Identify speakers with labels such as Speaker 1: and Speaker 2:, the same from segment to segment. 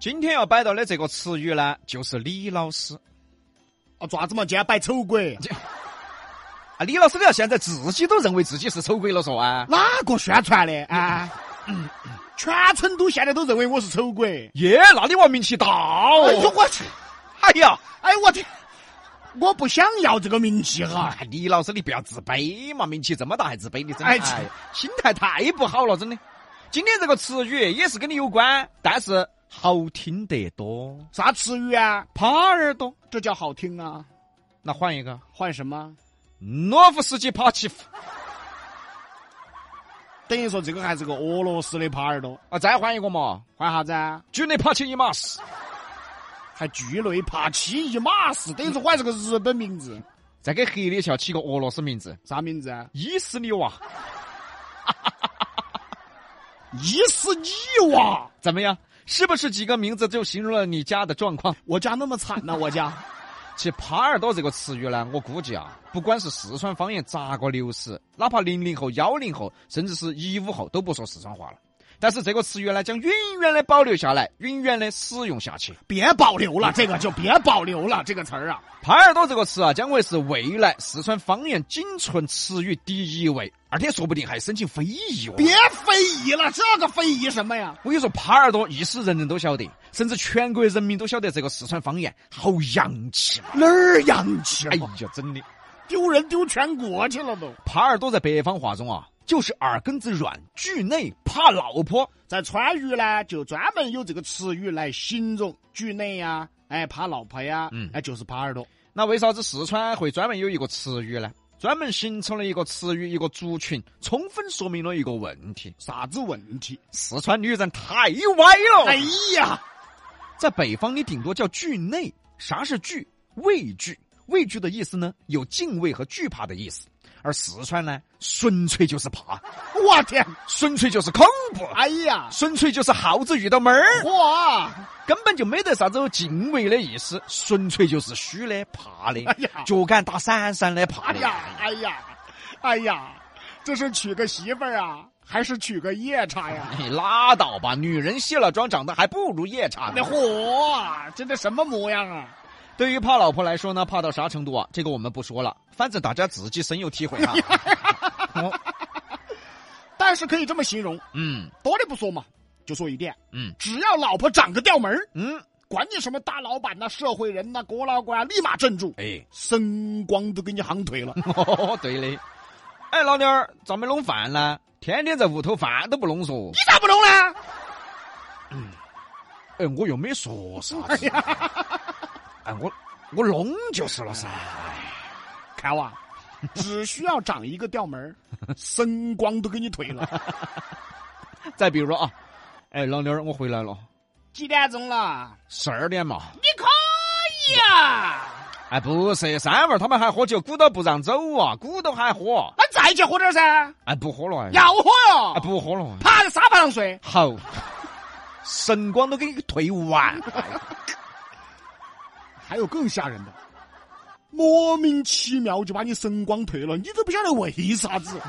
Speaker 1: 今天要摆到的这个词语呢，就是李老师
Speaker 2: 啊，爪子嘛？今天摆丑鬼，
Speaker 1: 啊。李老师呢，现在自己都认为自己是丑鬼了，说啊，
Speaker 2: 哪个宣传的啊？全成都现在都认为我是丑鬼。
Speaker 1: 耶，那你娃名气大
Speaker 2: 哎呦
Speaker 1: 哦！
Speaker 2: 我去，
Speaker 1: 哎呀，
Speaker 2: 哎我天，我不想要这个名气哈。
Speaker 1: 啊，李老师，你不要自卑嘛，名气这么大还自卑，你真的
Speaker 2: 哎
Speaker 1: 哎，心态太不好了，真的。今天这个词语也是跟你有关，但是好听得多，
Speaker 2: 啥词语啊？
Speaker 1: 耙耳朵。
Speaker 2: 这叫好听啊？
Speaker 1: 那换一个，
Speaker 2: 换什么？
Speaker 1: 诺夫斯基耙奇夫
Speaker 2: 等于说这个还是个俄罗斯的耙耳朵，
Speaker 1: 啊，再换一个嘛，
Speaker 2: 换啥子啊？
Speaker 1: 居内耙奇伊马斯。
Speaker 2: 还巨内帕奇伊马斯，等于说我还是个日本名字，
Speaker 1: 再给黑脸桥起个俄罗斯名字，
Speaker 2: 啥名字啊？
Speaker 1: 伊斯里娃，
Speaker 2: 伊斯尼娃，
Speaker 1: 怎么样？是不是几个名字就形容了你家的状况？
Speaker 2: 我家那么惨呐、我家。
Speaker 1: 其实“耙耳朵”这个词语呢，我估计啊，不管是四川方言咋个流失，哪怕零零后、幺零后，甚至是一五后，都不说四川话了。但是这个词语呢，将永远的保留下来，永远的使用下去。
Speaker 2: 别保留了，这个就别保留了，这个词儿啊，
Speaker 1: 耙耳朵这个词啊，将会是未来四川方言仅存词语第一位，而且说不定还申请非遗哦。
Speaker 2: 别非议了，这个非议什么呀？
Speaker 1: 我跟你说，耙耳朵一时人人都晓得，甚至全国人民都晓得这个四川方言好洋气嘛！
Speaker 2: 哪儿洋气
Speaker 1: 哎
Speaker 2: 了？
Speaker 1: 呀，真的，
Speaker 2: 丢人丢全国去了都，
Speaker 1: 耙耳朵在北方话中啊，就是耳根子软，惧内怕老婆。
Speaker 2: 在川渝呢，就专门有这个词语来形容局内呀，哎，怕老婆呀，
Speaker 1: 嗯
Speaker 2: 哎，就是耙耳朵。
Speaker 1: 那为啥子四川会专门有一个词语呢？专门形成了一个词语一个族群，充分说明了一个问题：
Speaker 2: 啥子问题？
Speaker 1: 四川女人太歪了。
Speaker 2: 哎呀，
Speaker 1: 在北方，你顶多叫惧内。啥是惧？畏惧。畏惧的意思呢，有敬畏和惧怕的意思。而四川呢，纯粹就是怕，
Speaker 2: 我天，
Speaker 1: 纯粹就是恐怖，
Speaker 2: 哎呀，
Speaker 1: 纯粹就是耗子遇到猫儿，
Speaker 2: 嚯，
Speaker 1: 根本就没得啥子敬畏的意思，纯粹就是虚的、怕的
Speaker 2: 哎呀，
Speaker 1: 脚杆打闪闪的怕
Speaker 2: 哎
Speaker 1: 的。
Speaker 2: 呀，哎呀，哎呀，这是娶个媳妇儿啊，还是娶个夜叉哎呀？
Speaker 1: 哎你拉倒吧，女人卸了妆长得还不如夜叉
Speaker 2: 那
Speaker 1: 呢。
Speaker 2: 嚯啊，这这什么模样啊？
Speaker 1: 对于怕老婆来说呢，怕到啥程度啊？这个我们不说了，反正大家自己深有体会啊。
Speaker 2: 哎
Speaker 1: 哦
Speaker 2: 但是可以这么形容，
Speaker 1: 嗯
Speaker 2: 多的不说嘛，就说一点，
Speaker 1: 嗯
Speaker 2: 只要老婆长个调门儿
Speaker 1: 嗯，
Speaker 2: 管你什么大老板呐、社会人呐、国老官啊，立马镇住，
Speaker 1: 哎，
Speaker 2: 神光都给你夯腿了。
Speaker 1: 哦，对的。哎，老妞儿，咋没弄饭呢？天天在屋头饭都不弄嗦。
Speaker 2: 你咋不弄呢？
Speaker 1: 哎，我又没说啥子。哎，我我弄就是了噻。
Speaker 2: 看哇，只需要长一个调门儿，神光都给你退了。
Speaker 1: 再比如啊，哎，老妞儿，我回来了，
Speaker 2: 几点钟了？
Speaker 1: 十二点嘛。
Speaker 2: 你可以啊，
Speaker 1: 哎，不是，三娃儿他们还喝酒，鼓捣不让走啊，鼓捣还喝。
Speaker 2: 那再去喝点儿噻，
Speaker 1: 哎，不喝了，哎，
Speaker 2: 要喝哟、
Speaker 1: 哎不喝了。
Speaker 2: 趴在沙发上睡。
Speaker 1: 好，神光都给你退完。
Speaker 2: 还有更吓人的，莫名其妙就把你神光退了，你都不晓得为啥子。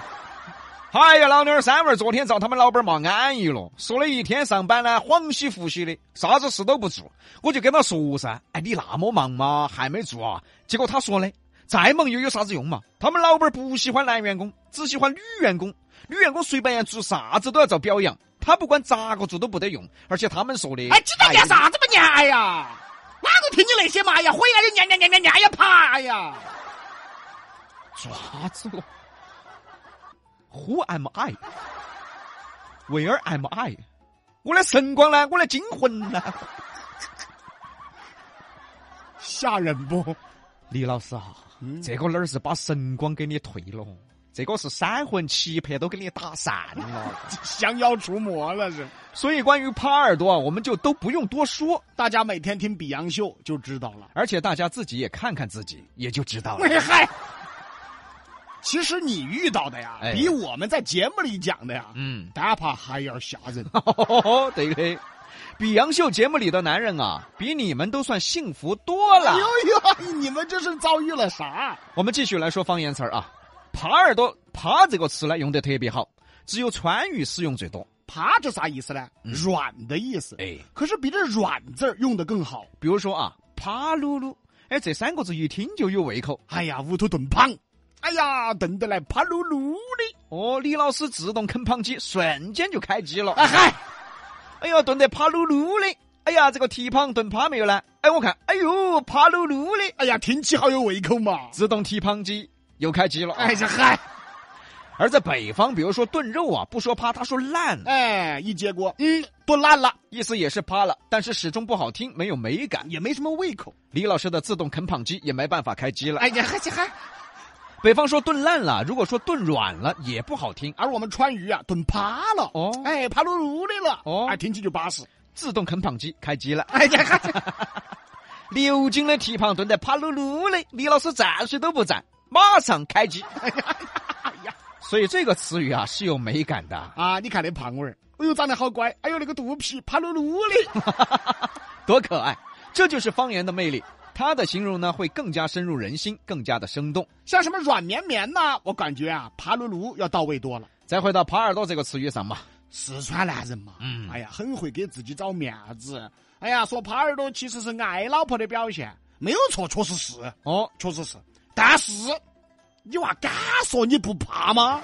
Speaker 1: 哎呀，老妞儿三娃儿昨天遭他们老板儿骂安逸了，说了一天上班呢，恍兮惚兮的，啥子事都不做。我就跟他说噻，哎，你那么忙嘛，还没做啊？结果他说的，再忙又有啥子用嘛？他们老板儿不喜欢男员工，只喜欢女员工。女员工随便做啥子都要遭表扬，他不管咋个做都不得用。而且他们说的，
Speaker 2: 哎，知道干？啥子吧你？哎呀，哪个听你那些嘛呀？回来就念念念念念哎呀，啪呀！
Speaker 1: 哎抓住了，Who am I？Where am I？我的神光呢？我的惊魂呢？
Speaker 2: 吓人不？
Speaker 1: 李老师啊，
Speaker 2: 嗯
Speaker 1: 这个哪儿是把神光给你退了？这个是三魂七魄都给你打散 了。
Speaker 2: 降妖除魔了是？
Speaker 1: 所以关于耙耳朵啊，我们就都不用多说，
Speaker 2: 大家每天听比洋秀就知道了。
Speaker 1: 而且大家自己也看看自己，也就知道了。
Speaker 2: 喂嗨，其实你遇到的呀，
Speaker 1: 哎
Speaker 2: 比我们在节目里讲的呀，
Speaker 1: 嗯，
Speaker 2: 哪怕还要吓 人。
Speaker 1: 对的。比杨秀节目里的男人啊，比你们都算幸福多了。
Speaker 2: 哎呦呦，你们这是遭遇了啥？
Speaker 1: 我们继续来说方言词儿啊，耙耳朵“耙”这个词呢用得特别好，只有川渝使用最多。
Speaker 2: 趴着啥意思呢？软的意思。
Speaker 1: 哎，
Speaker 2: 可是比这软字儿用的更好。
Speaker 1: 比如说啊，趴噜噜，哎，这三个字一听就有胃口。
Speaker 2: 哎呀，屋头炖胖，哎呀，炖得来趴噜噜的。
Speaker 1: 哦，李老师自动啃胖机，瞬间就开机了。
Speaker 2: 哎嗨，
Speaker 1: 哎呀，炖得趴噜噜的。哎呀，这个蹄膀炖趴没有呢？哎，我看，哎呦，趴噜噜的，
Speaker 2: 哎呀，听起好有胃口嘛。
Speaker 1: 自动蹄膀机又开机了。啊
Speaker 2: 哎呀嗨，
Speaker 1: 而在北方，比如说炖肉啊，不说趴，他说烂，
Speaker 2: 哎，一结果，嗯，炖烂了，
Speaker 1: 意思也是趴了，但是始终不好听，没有美感。
Speaker 2: 也没什么胃口。
Speaker 1: 李老师的自动啃胖机也没办法开机了。
Speaker 2: 哎呀嗨呀嗨，
Speaker 1: 北方说炖烂了，如果说炖软了也不好听。
Speaker 2: 而我们川渝啊，炖趴了，
Speaker 1: 哦
Speaker 2: 哎，趴噜噜的了，
Speaker 1: 哦
Speaker 2: 哎，听起就巴适。
Speaker 1: 自动啃胖机开机了。
Speaker 2: 哎呀嗨，
Speaker 1: 刘京的蹄膀炖得趴噜噜的，李老师站水都不站，马上开机。
Speaker 2: 哎呀。
Speaker 1: 所以这个词语啊是有美感的。
Speaker 2: 啊，你看那胖娃儿，哎呦长得好乖，哎呦那个肚皮趴噜噜的，
Speaker 1: 多可爱！这就是方言的魅力。它的形容呢，会更加深入人心，更加的生动。
Speaker 2: 像什么软绵绵呐，我感觉啊趴噜噜要到位多了。
Speaker 1: 再回到耙耳朵这个词语上嘛，
Speaker 2: 四川男人嘛，
Speaker 1: 嗯
Speaker 2: 哎呀，很会给自己找面子。哎呀，说耙耳朵其实是爱老婆的表现，没有错，确实是，
Speaker 1: 哦，
Speaker 2: 确实是。但是，你娃敢说你不怕吗？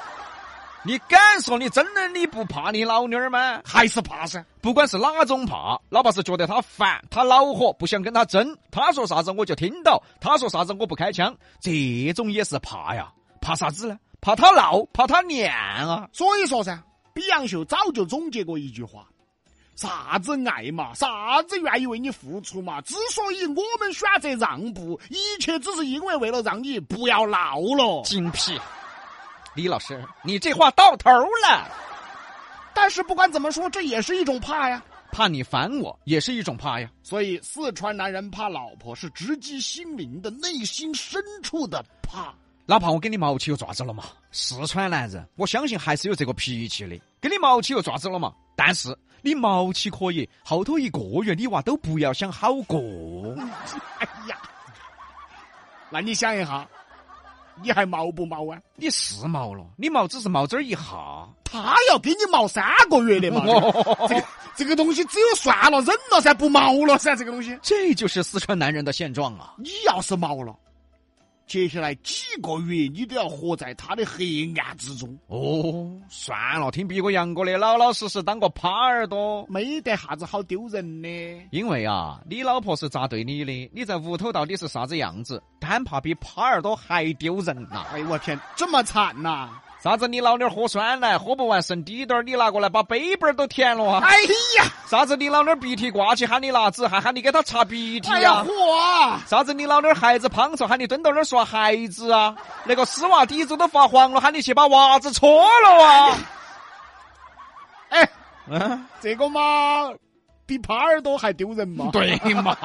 Speaker 1: 你敢说你真的你不怕你老妞儿吗？
Speaker 2: 还是怕噻？
Speaker 1: 不管是哪种怕，哪怕是觉得他烦，他恼火，不想跟他争，他说啥子我就听到，他说啥子我不开腔，这种也是怕呀。怕啥子呢？怕他闹，怕他念啊。
Speaker 2: 所以说噻，比洋秀早就总结过一句话：啥子爱嘛，啥子愿意为你付出嘛。之所以我们选择让步，一切只是因为为了让你不要闹了。
Speaker 1: 精辟，李老师，你这话到头了。
Speaker 2: 但是不管怎么说，这也是一种怕呀。
Speaker 1: 怕你烦我也是一种怕呀。
Speaker 2: 所以，四川男人怕老婆是直击心灵的、内心深处的怕。
Speaker 1: 哪怕我跟你毛起又爪子了嘛？四川男人，我相信还是有这个脾气的。跟你毛起又爪子了嘛？但是你毛起可以，后头一个月你娃都不要想好过。
Speaker 2: 哎呀，那你想一下，你还毛不毛啊？
Speaker 1: 你是毛了，你毛只是毛这儿一下。
Speaker 2: 他要给你毛三个月的嘛。 这个这个这个东西只有算了，忍了噻，不毛了噻，这个东西。
Speaker 1: 这就是四川男人的现状啊！
Speaker 2: 你要是毛了，接下来几个月你都要活在他的黑暗之中，
Speaker 1: 哦，算了，听比哥杨哥的，老老实实当个耙耳朵。
Speaker 2: 没得啥子好丢人的。
Speaker 1: 因为啊，你老婆是咋对你的，你在屋头到底是啥子样子，单怕比耙耳朵还丢人啊呐、
Speaker 2: 哎呦我天，这么惨呐、
Speaker 1: 啥子你老妞儿喝酸奶喝不完剩滴点儿，你拿过来把杯杯儿都填了啊！
Speaker 2: 哎呀，
Speaker 1: 啥子你老妞儿鼻涕挂起喊你拿纸，还喊你给她擦鼻涕
Speaker 2: 哎呀
Speaker 1: 啊！
Speaker 2: 嚯啊！
Speaker 1: 啥子你老妞儿孩子胖瘦喊你蹲到那儿耍孩子啊！那个丝袜底子都发黄了，喊你去把袜子搓了啊！
Speaker 2: 哎，
Speaker 1: 嗯，
Speaker 2: 这个嘛，比耙耳朵还丢人嘛。
Speaker 1: 对嘛。